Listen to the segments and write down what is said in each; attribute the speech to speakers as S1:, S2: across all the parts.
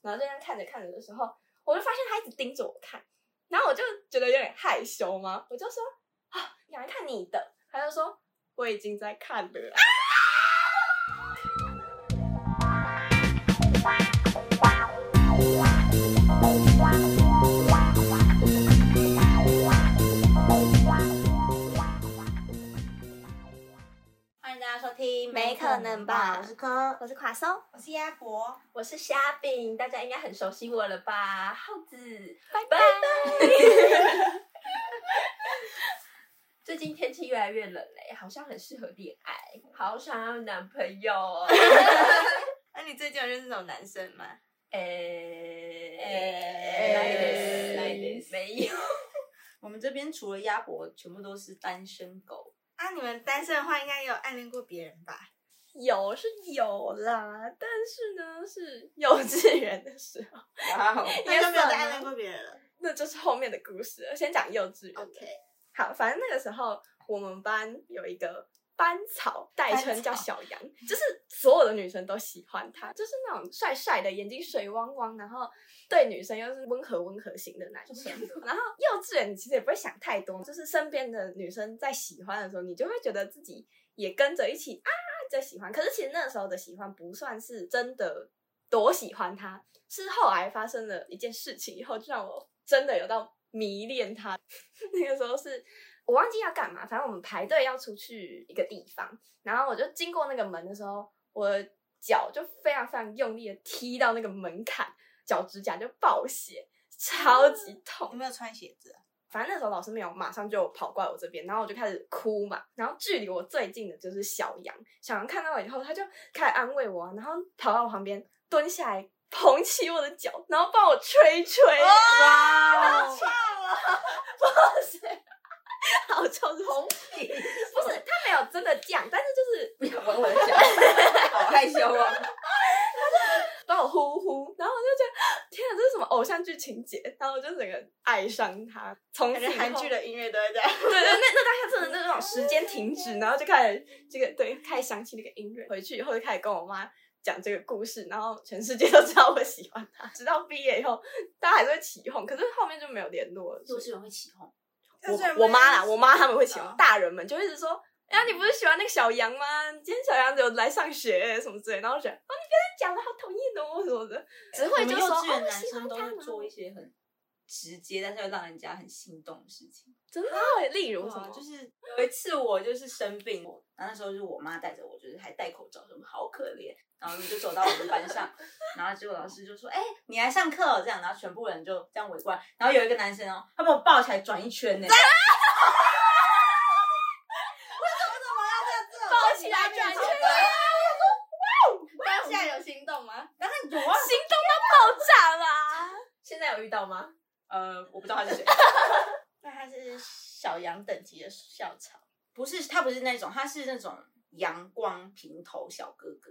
S1: 然后这样看着看着的时候，我就发现他一直盯着我看，然后我就觉得有点害羞嘛，我就说啊，你来看你的，他就说我已经在看了啊。
S2: 欢迎大家收听《
S1: 没可能吧
S2: 我是柯，
S1: 我是垮松，
S2: 我是鸭脖。
S1: 我是虾饼，大家应该很熟悉我了吧？耗子，拜拜。最近天气越来越冷嘞、好像很适合恋爱，好想要男朋友哦。
S2: 那、你最近有认识这种男生吗？
S1: 诶
S2: 诶
S1: 诶没有，
S3: 我们这边除了鸭脖，全部都是单身狗。
S2: 啊，你们单身的话，应该也有暗恋过别人吧？
S1: 有是有啦，但是呢是幼稚园的时候，
S3: 哇哦！
S2: 那就没有再暗
S1: 也
S2: 恋
S1: 算
S2: 过别人了。
S1: 那就是后面的故事了。先讲幼稚园。
S2: OK，
S1: 好，反正那个时候我们班有一个班草，代称
S2: 班草
S1: 叫小杨，就是所有的女生都喜欢他，就是那种帅帅的，眼睛水汪汪，然后对女生又是温和温和型的男生。然后幼稚园你其实也不会想太多，就是身边的女生在喜欢的时候，你就会觉得自己也跟着一起啊在喜欢。可是其实那时候的喜欢不算是真的多喜欢他，是后来发生了一件事情以后，就让我真的有到迷恋他。 那个时候是我忘记要干嘛，反正我们排队要出去一个地方，然后我就经过那个门的时候，我的脚就非常非常用力的踢到那个门槛，脚指甲就爆血，超级痛
S2: 你。没有穿鞋子啊，
S1: 反正那时候老师没有马上就跑过来我这边，然后我就开始哭嘛。然后距离我最近的就是小杨，小杨看到我以后，他就开始安慰我啊，然后跑到我旁边蹲下来捧起我的脚，然后帮我吹吹，
S3: 哇哦！
S1: 哇塞，好臭是红皮，不是他没有真的这样，但是就是
S3: 不要玩我的脚，好害羞哦。
S1: 帮我呼呼，然后我就觉得天啊，这是什么偶像剧情节？然后我就整个爱上他，从
S2: 感
S1: 此
S2: 觉
S1: 以后
S2: 韩剧的音乐都会在。
S1: 对对，那那大家真的那种时间停 止，然后就开始这个对，开始想起那个音乐，回去以后就开始跟我妈讲这个故事，然后全世界都知道我喜欢他，直到毕业以后，大家还是会起哄，可是后面就没有联络了。
S3: 幼稚园会起哄，
S2: 幼稚园
S1: 我我妈啦，我妈他们会起哄
S2: 哦，
S1: 大人们就会一直说。哎呀，你不是喜欢那个小杨吗？你今天小杨有来上学什么之类，然后我就觉得哦，你不要再讲了，好讨厌哦什么的，只
S3: 我
S1: 会
S3: 们
S1: 就
S3: 幼
S1: 说
S3: 稚
S1: 哦
S3: 园
S1: 我
S3: 男
S1: 喜
S3: 生
S1: 欢
S3: 都
S1: 他
S3: 是
S1: 然后
S3: 做一些很直接，但是会让人家很心动的事情。
S1: 真的，哦例如什么
S3: 哇啊就，是有一次我就是生病，我然后那时候就是我妈带着我，就是还戴口罩，什么好可怜。然后我们就走到我们班上，然后结果老师就说：“哎、你来上课、哦、这样。”然后全部人就这样围观，然后有一个男生哦，他把我抱起来转一圈 呢。
S1: 啊 抱起来转圈，
S2: 当下有心动吗？
S3: 然后有啊，
S1: 心动到爆炸啦！现在有遇到吗？
S3: 呃，我不知道他 是谁，
S2: 那他是小羊等级的校草，
S3: 不是他不是那种，他是那种阳光平头小哥哥。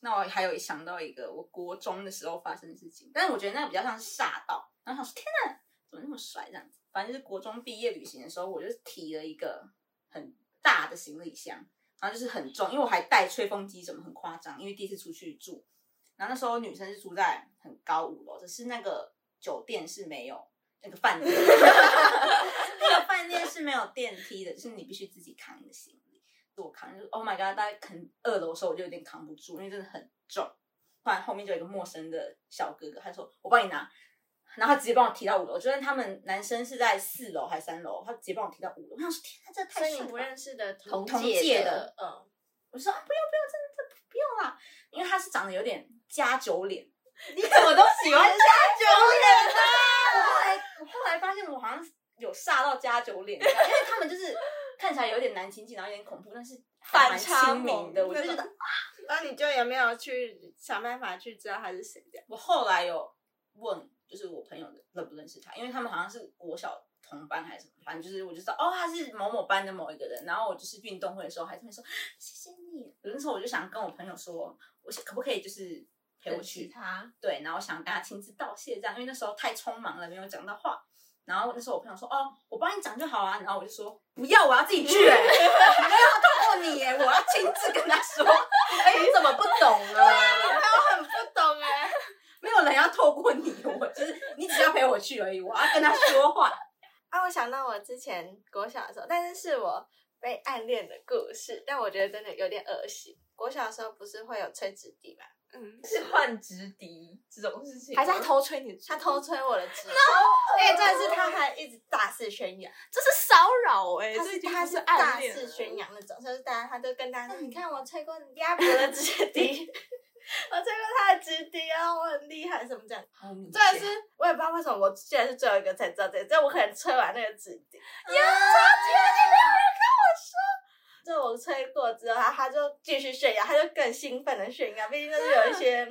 S3: 那我还有想到一个我国中的时候发生的事情，但是我觉得那个比较像是煞到，然后想说天哪，怎么那么帅这样子？反正就是国中毕业旅行的时候，我就提了一个很大的行李箱，然后就是很重，因为我还带吹风机，什么很夸张，因为第一次出去住。然后那时候女生是住在很高五楼，只是那个酒店是没有那个饭店， 那个饭店是没有电梯的，就是你必须自己扛你的行李。我扛，就是 Oh my God！大概可能二楼的时候我就有点扛不住，因为真的很重。突然后面就有一个陌生的小哥哥，他说：“我帮你拿。”然后他直接帮我提到五楼，就是他们男生是在四楼还是三楼，他直接帮我提到五楼。我想说：“天啊，这太
S2: 所
S3: 帅了
S2: 以你
S3: 吧！”
S2: 不认识的
S3: 同
S2: 同
S3: 届
S2: 届
S3: 的，
S2: 嗯，
S3: 我说、啊、不要不要，真的这不用啦，因为他是长得有点加九脸，你怎么都喜 欢加九脸呢、我后来我后来发现我好像有煞到加九脸这样，因为他们就是看起来有点难亲近，然后有点恐怖，但是还
S1: 反
S3: 蛮
S1: 差
S3: 亲民的，
S1: 萌
S3: 我就觉
S1: 那
S3: 得啊
S1: 种
S2: 然后你就有没有去想办法去知道他是谁这样？
S3: 我后来有问，就是我朋友认不认识他，因为他们好像是国小同班还是什么，反正就是我就知道哦，他是某某班的某一个人。然后我就是运动会的时候还这么说啊谢谢你，有的时候我就想跟我朋友说，我可不可以就是陪我去
S1: 他，
S3: 对，然后想跟他亲自道谢这样，因为那时候太匆忙了，没有讲到话。然后那时候我朋友说：“哦，我帮你讲就好啊。”然后我就说：“不要，我要自己去、欸，我没有透过你、欸，我要亲自跟他说。哎、你怎么不懂啊？
S2: 我很不懂哎，
S3: 没有人要透过你，我就是你只要陪我去而已，我要跟他说话。
S2: 啊，我想到我之前国小的时候，但是是我被暗恋的故事，但我觉得真的有点恶心。国小的时候不是会有吹纸笛嘛？
S1: 嗯，
S3: 是换直笛这种事情
S1: 还是他偷吹你的纸，
S2: 他偷吹我的纸笛，哎、真的是他还一直大肆宣扬，
S1: 这是骚扰哎，
S2: 他
S1: 这
S2: 是
S1: 已经
S2: 他
S1: 不是
S2: 是
S1: 暗
S2: 大
S1: 恋了嗯
S2: 肆 宣扬那种，就是大家他就跟大家说，你看我吹过鸭脖的纸笛， 我吹过他的纸笛啊，我很厉害什么这样。
S3: 真
S2: 真的是我也不知道为什么，我居然是最后一个才知道这个，这我可能吹完那个纸笛，
S1: 啊
S2: 就我吹过之后，他他就继续炫耀，他就更兴奋的炫耀，毕竟就是有一些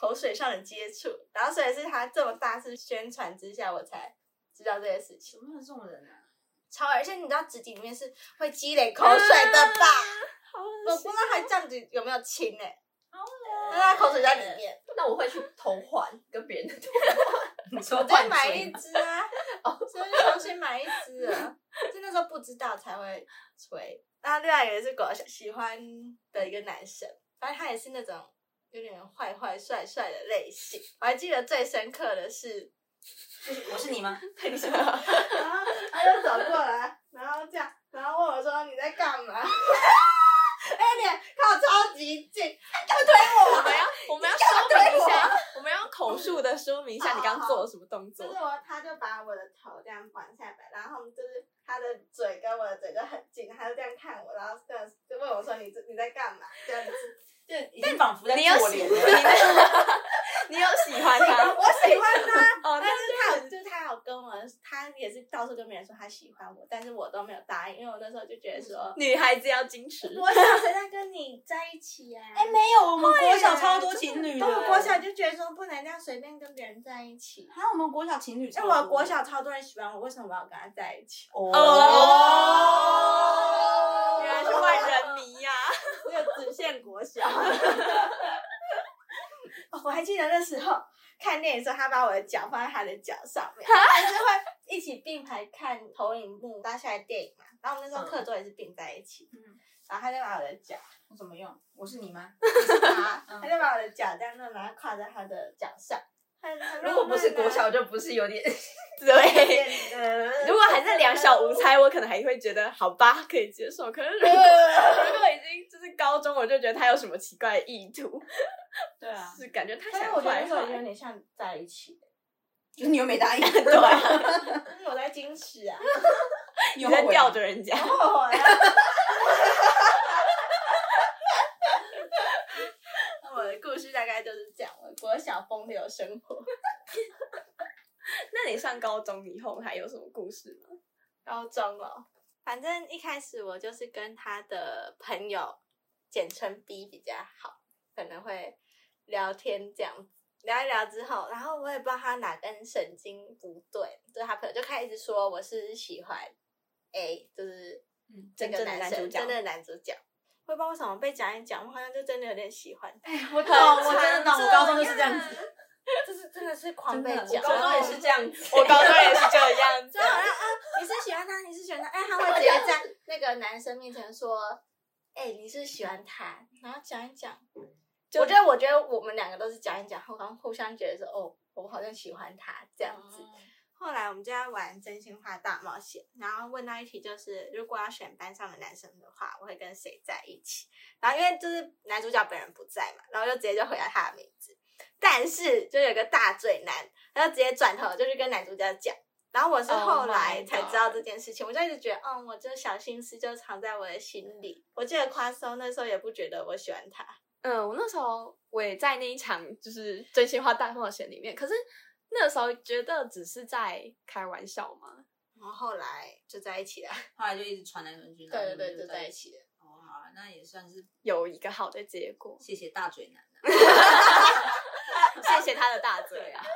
S2: 口水上的接触，然后所以是他这么大肆宣传之下，我才知道这些事情。
S3: 怎么有这种人啊？
S2: 超而且你知道纸笛里面是会积累口水的吧？
S1: 啊好
S2: 我
S1: 恶
S2: 不知
S1: 心
S2: 道他这样子有没有清哎、欸，那他口水在里面，
S4: 那我会去偷换跟别人 的偷
S3: 你说
S2: 我
S3: 换
S2: 再买
S3: 直笛
S2: 一支啊， 所以就重新买一支啊，就那时候不知道才会吹。那另外一个是狗喜欢的一个男生，反正他也是那种有点坏坏帅帅的类型。我还记得最深刻的是，
S3: 我是你 吗？
S2: 然后他就走过来，然后这样，然后问我说你在干嘛？ 而且脸靠超级近，
S1: 我们要我们要说明一下，我们要口述的说明一下你刚刚做了什么动
S2: 就
S1: 作
S2: 是。我，他就把我的头这样往下摆，然后就是他的嘴跟我的嘴就很近，他就这样看我，然后这样就问我说你这你在干嘛？这样子，
S3: 就已经仿佛 在
S1: 你有
S3: 做
S1: 喜
S3: 脸
S1: 你
S3: 了。
S1: 你有喜欢
S3: 啊
S1: 他？
S2: 我喜欢他，
S1: 哦，
S2: 但
S1: 那
S2: 是他有，就是他有跟我，他也是到处跟别人说他喜欢我，但是我都没有答应，因为我那时候就觉得说，
S1: 女孩子要矜持。
S2: 我想谁在跟你在一起呀、啊？
S3: 哎，没有，我们国小超多情侣的。
S2: 我国小就觉得说不能这样随便跟别人在一起。
S3: 啊，我们国小情侣
S2: 哎，
S3: 超多的。
S2: 我国小超多人喜欢我，为什么我要跟他在一起？
S1: 哦原来是万人迷呀！
S2: 我有直线国小。哦我还记得那时候看电影的时候，他把我的脚放在他的脚上面，还是会一起并排看投影幕拉下来电影嘛。然后我们那时候课桌也是并在一起，
S3: 嗯
S2: 然后他就把我的脚，
S3: 我怎么用？我是你 吗？
S2: 他
S3: 嗯
S2: 他就把我的脚这样弄，然后跨在他的脚上。很很
S4: 如果不是国小，
S2: 浪漫啊，
S4: 就不是有点
S1: 对，
S2: 嗯
S1: 如果还是两小无猜，我可能还会觉得好吧，可以接受。可是如 果如果已经就是高中，我就觉得他有什么奇怪的意图，
S3: 对啊，
S1: 是感觉他
S2: 但是
S1: 想
S2: 我觉得
S1: 坏
S2: 那时候
S1: 坏
S2: 有。点像在一起，
S3: 就是你又没 答应，
S1: 对啊，
S2: 但是我在矜持啊，
S3: 你
S1: 你在吊
S3: 着。
S1: 着人家。
S2: 后悔啊。 那我的故事大概就是这样，我国小风流生活。
S1: 那你上高中以后还有什么故事吗？
S2: 高中哦，反正一开始我就是跟他的朋友，简称 B 比较好，可能会聊天这样子。聊一聊之后，然后我也不知道他哪根神经不对，就是他朋友就开始一直说我是喜欢 A，就是
S3: 嗯
S2: 这个
S1: 真正的
S2: 男
S1: 男
S2: 生
S1: 主角
S2: 真正的男主角。我也不知道为什么被讲一讲，我好像就真的有点喜欢他，
S3: 哎我懂，我真的懂，我高中就是这样子。
S2: 就是真的是狂被
S3: 真的
S2: 讲。
S4: 高中也是这样子，
S1: 我高中也是这样子
S2: 就。好像啊，你是喜欢他，你是喜欢他，哎，他会直接在那个男生面前说，哎、你是喜欢他，然后讲一讲。我觉得，我觉得我们两个都是讲一讲，后刚互相觉得说，哦，我好像喜欢他这样
S3: 嗯
S2: 子。嗯后来我们就在玩真心话大冒险，然后问到一题就是，如果要选班上的男生的话，我会跟谁在一起？然后因为就是男主角本人不在嘛，然后就直接就回答他的名字。但是就有一个大嘴男，他就直接转头就去跟男主角讲。然后我是
S3: Oh my
S2: 后来才
S3: God
S2: 知道这件事情我就一直觉得，嗯，我这小心思就藏在我的心里。我记得夸松那时候也不觉得我喜欢他，
S1: 嗯，我那时候我也在那一场就是真心话大冒险里面，可是那时候觉得只是在开玩笑嘛。
S2: 然后后来就在一起了。
S3: 后来就一直传来传去，然后
S2: 对对
S3: 你们
S2: 对，就在一
S3: 起。
S2: 起了。
S3: 哦，好啊，那也算是，
S1: 有一个好的结果
S3: 谢谢大嘴男啊。
S1: 谢谢他的大嘴
S3: 对
S1: 啊
S3: 啊。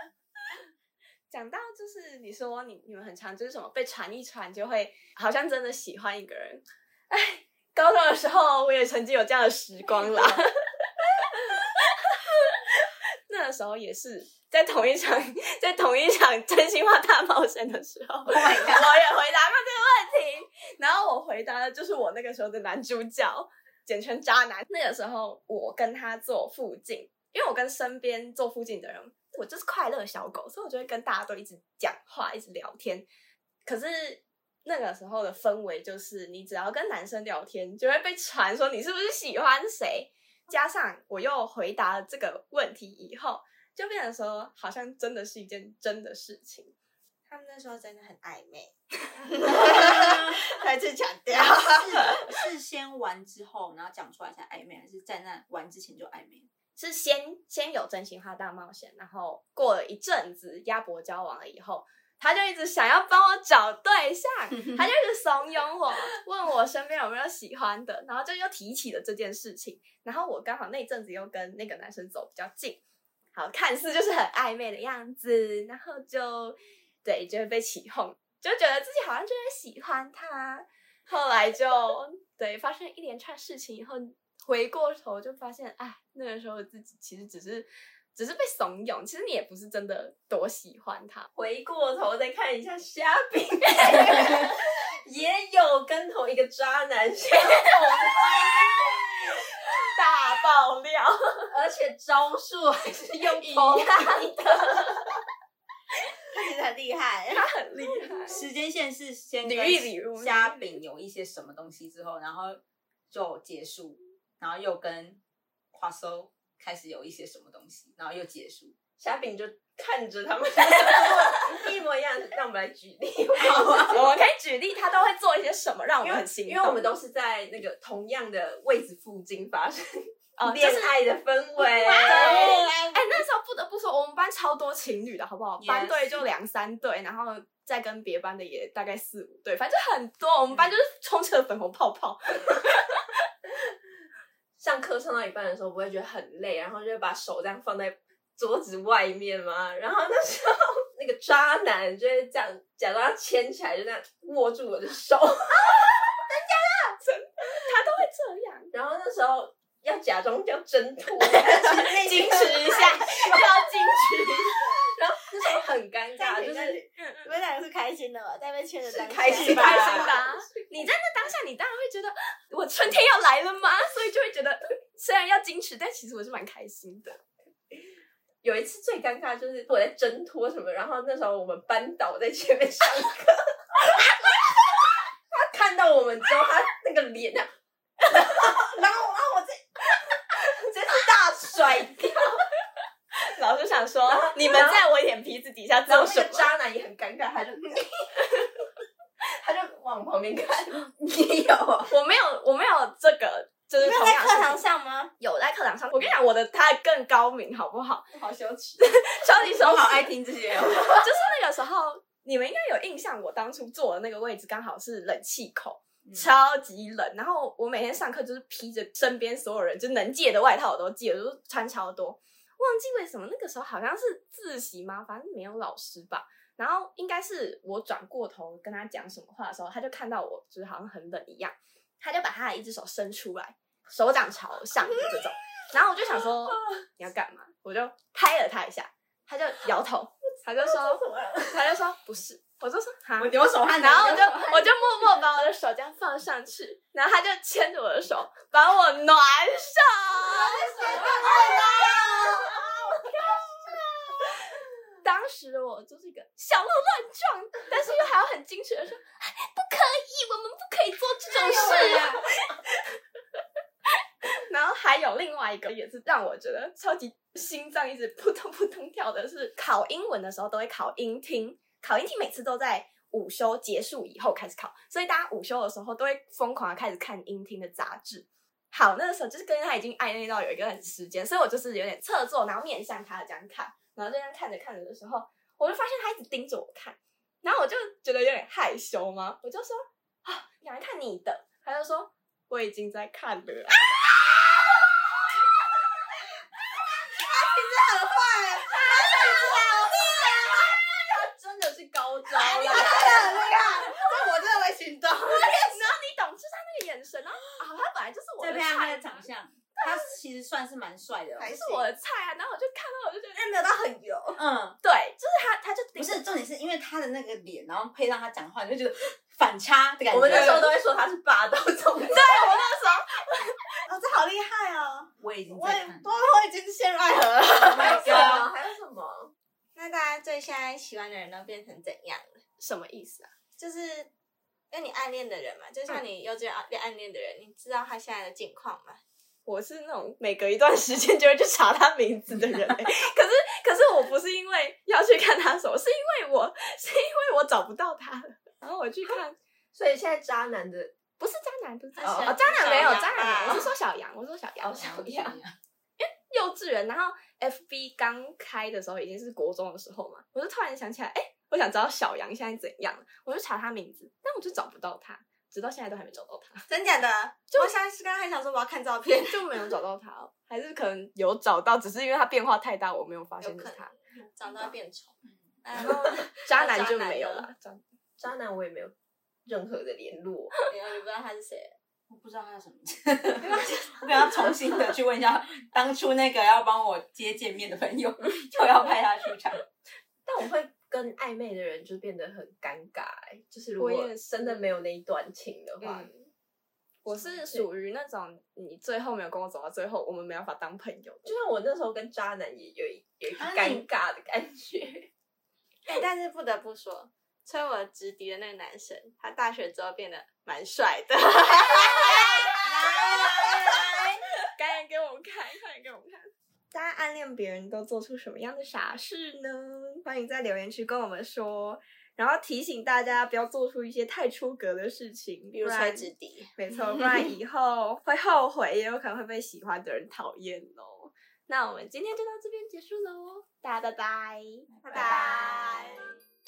S1: 讲到就是你说你你们很常就是什么被传一传就会好像真的喜欢一个人，哎，高中的时候我也曾经有这样的时光啦。 那时候也是在同一场在同一场真心话大冒险的时候，
S3: Oh my
S1: 我也
S3: god！
S1: 回答过这个问题，然后我回答的就是我那个时候的男主角，简称渣男。那个时候我跟他坐附近，因为我跟身边坐附近的人我就是快乐小狗，所以我就会跟大家都一直讲话，一直聊天。可是那个时候的氛围就是，你只要跟男生聊天，就会被传说你是不是喜欢谁。加上我又回答了这个问题以后，就变成说好像真的是一件真的事情。
S2: 他们那时候真的很暧昧，再次强调，
S3: 是是先玩之后，然后讲出来才暧昧，还是在那玩之前就暧昧？
S1: 是先先有真心话大冒险，然后过了一阵子鸭脖交往了以后，他就一直想要帮我找对象，他就一直怂恿我，问我身边有没有喜欢的，然后就又提起了这件事情，然后我刚好那阵子又跟那个男生走比较近，好看似就是很暧昧的样子，然后就对就会被起哄，就觉得自己好像就是喜欢他，后来就对发生一连串事情以后，回过头就发现，哎，那个时候自己其实只是只是被怂恿，其实你也不是真的多喜欢他。
S4: 回过头再看一下虾饼，也有跟同一个渣男 相
S1: 大爆料，
S4: 而且招数还是用同一的，
S2: 其实很厉害。
S1: 他很厉害。
S3: 时间线是先
S1: 捋
S3: 跟
S1: 一捋捋一
S3: 虾
S1: 捋
S3: 饼有一些什么东西之后，然后就结束，然后又跟华收开始有一些什么东西，然后又结 束。
S4: 虾饼就看着 他们一模一样。让我们来举例，
S1: 我们可以举例，他都会做一些什么让我
S4: 因
S1: 们
S4: 为
S1: 很心动，
S4: 因为我们都是在那个同样的位置附近发生
S1: 哦
S4: 恋爱的氛围。
S1: 哎、那时候不得不说，我们班超多情侣的，好不好
S3: Yes
S1: 班队就两三对，然后再跟别班的也大概四五对，反正很多。我们班就是充斥了粉红泡泡。
S4: 上课上到一半的时候，不会觉得很累，然后就会把手这样放在桌子外面嘛。然后那时候那个渣男就会这样假装要牵起来，就这样握住我的手。
S1: 他都会这样，
S4: 然后那时候要假装要挣脱，
S1: 矜持一下，要矜持一下。
S4: 然后那时候很尴尬，就
S2: 就是是你们两个是开心的嘛，在被牵着当下
S4: 开心吧
S1: 开心的、啊。 你在那当下，你当然会觉得 我春天要来了吗？所以就会觉得 虽然要矜持，但其实我是蛮开心的。
S4: 有一次最尴尬就是我在挣脱什么，然后那时候我们班导在前面上课， 他看到我们之后，他那个脸啊，然后然后我这真是大甩掉，
S1: 老师想说，你们在我眼皮子底下
S4: 然
S1: 做
S4: 后
S1: 什
S4: 那个
S1: 么？
S4: 渣男也很尴尬，他就他就往旁边看，你有啊？
S1: 我没有，我没有这个，就
S2: 你
S1: 是
S2: 们有
S1: 同
S2: 在
S1: 样
S2: 课
S1: 是
S2: 堂上吗？
S1: 有在课堂上。我跟你讲，我的他更高明，好不好？
S4: 好羞耻，
S1: 超级
S3: 我
S1: 手
S3: 好爱听这些、哦。
S1: 就是那个时候，你们应该有印象，我当初坐的那个位置刚好是冷气口，
S3: 嗯
S1: 超级冷。然后我每天上课就是披着身边所有人就能借的外套，我都借，我就是穿超多。忘记为什么那个时候好像是自习吗？反正没有老师吧。然后应该是我转过头跟他讲什么话的时候，他就看到我就是好像很冷一样，他就把他的一只手伸出来，手掌朝上的这种。然后我就想说你要干嘛？我就拍了他一下，他就摇头，他就说他就说不是，我就说哈，
S3: 我流手汗，
S1: 然后我就我就默默把我的手这样放上去，然后他就牵着我的手把我暖手。当时我就是一个小鹿乱撞，但是又还要很矜持的说，哎不可以，我们不可以做这种事啊。然后还有另外一个也是让我觉得超级心脏一直扑通扑通跳的是，考英文的时候都会考英听，考英听每次都在午休结束以后开始考，所以大家午休的时候都会疯狂的开始看英听的杂志。好，那个时候就是跟他已经暧昧到有一段时间，所以我就是有点侧坐，然后面向他这样看，然后就这样看着看着的时候，我就发现他一直盯着我看，然后我就觉得有点害羞嘛，我就说啊，你来看你的，他就说我已经在看了。
S4: 他真的是高招
S2: 你
S4: 啦
S2: 看，
S4: 啊
S2: 很厉害，这我真的会心动。
S1: 然后你懂，就是他那个眼神，然后啊，他本来就是我
S3: 再
S1: 的
S3: 配上他的
S1: 菜，
S3: 长相，他其实算是蛮帅的哦、
S2: 还
S1: 是我的菜啊。然后我就看到，我就觉得，
S2: 但没有到很油，
S3: 嗯，
S1: 对，就是他，他就
S3: 不是重点是因为他的那个脸，然后配上他讲话，你就觉得反差的感觉。
S4: 我们那时候都会说他是霸道总裁。
S2: 哦，这好厉害哦！
S3: 我已经
S2: 我
S3: 在看
S2: 我我已经陷入爱河了。
S3: ，Oh
S4: 还有
S3: my
S4: 什
S3: god！
S4: 么？还有什么？
S2: 那大家对现在喜欢的人都变成怎样了？
S1: 什么意思啊？
S2: 就是因为你暗恋的人嘛，就像你幼稚园暗暗恋的人，你知道他现在的近况吗？
S1: 我是那种每隔一段时间就会去查他名字的人、欸 可是可是我不是因为要去看他什么，是因为我 是因为我找不到他了，然后我去看，
S4: 所以现在渣男的
S1: 哦不是渣男，不是渣
S2: 他
S1: 男，
S2: 是
S1: 哦，渣男没有，
S2: 小羊
S1: 渣男没有，
S2: 吧
S1: 我是说小杨，我是说小杨，
S4: 哦小样
S1: 幼稚园，然后 FB 刚开的时候已经是国中的时候嘛，我就突然想起来，哎、我想知道小杨现在怎样了，我就查他名字，但我就找不到他，直到现在都还没找到他，
S2: 真假的？我现在是刚刚还想说我要看照片，
S1: 就没有找到他 哦，还是可能有找到，只是因为他变化太大，我没有发现
S2: 有
S1: 是
S2: 可能
S1: 他。
S2: 长大变丑。
S1: 嗯
S2: 然后
S1: 渣男嗯就没有了，渣
S4: 渣男，我也没有任何的联络。
S2: 你也不知道他是谁，
S3: 我不知道他叫什么名字，我可能要重新的去问一下当初那个要帮我接见面的朋友，就要派他出场。
S4: 但我会跟暧昧的人就变得很尴尬、欸，就是如
S1: 我
S4: 果
S1: 也是
S4: 真的没有那一段情的话，
S1: 嗯我是属于那种你最后没有跟我走到最后，我们没办法当朋友的。
S4: 就像我那时候跟渣男也有一有一个
S3: 啊
S4: 尴
S3: 你
S4: 尬的感觉。
S2: 哎，但是不得不说，吹我直笛的那个男生，他大学之后变得蛮帅的。
S1: 赶紧给我们看，快点给我们看。大家暗恋别人都做出什么样的傻事呢？欢迎在留言区跟我们说，然后提醒大家不要做出一些太出格的事情，
S2: 比如
S1: 不
S2: 吹
S1: 然
S2: 直笛，
S1: 没错，不然以后会后悔，也有可能会被喜欢的人讨厌哦。那我们今天就到这边结束喽，大家拜拜，拜
S2: 拜。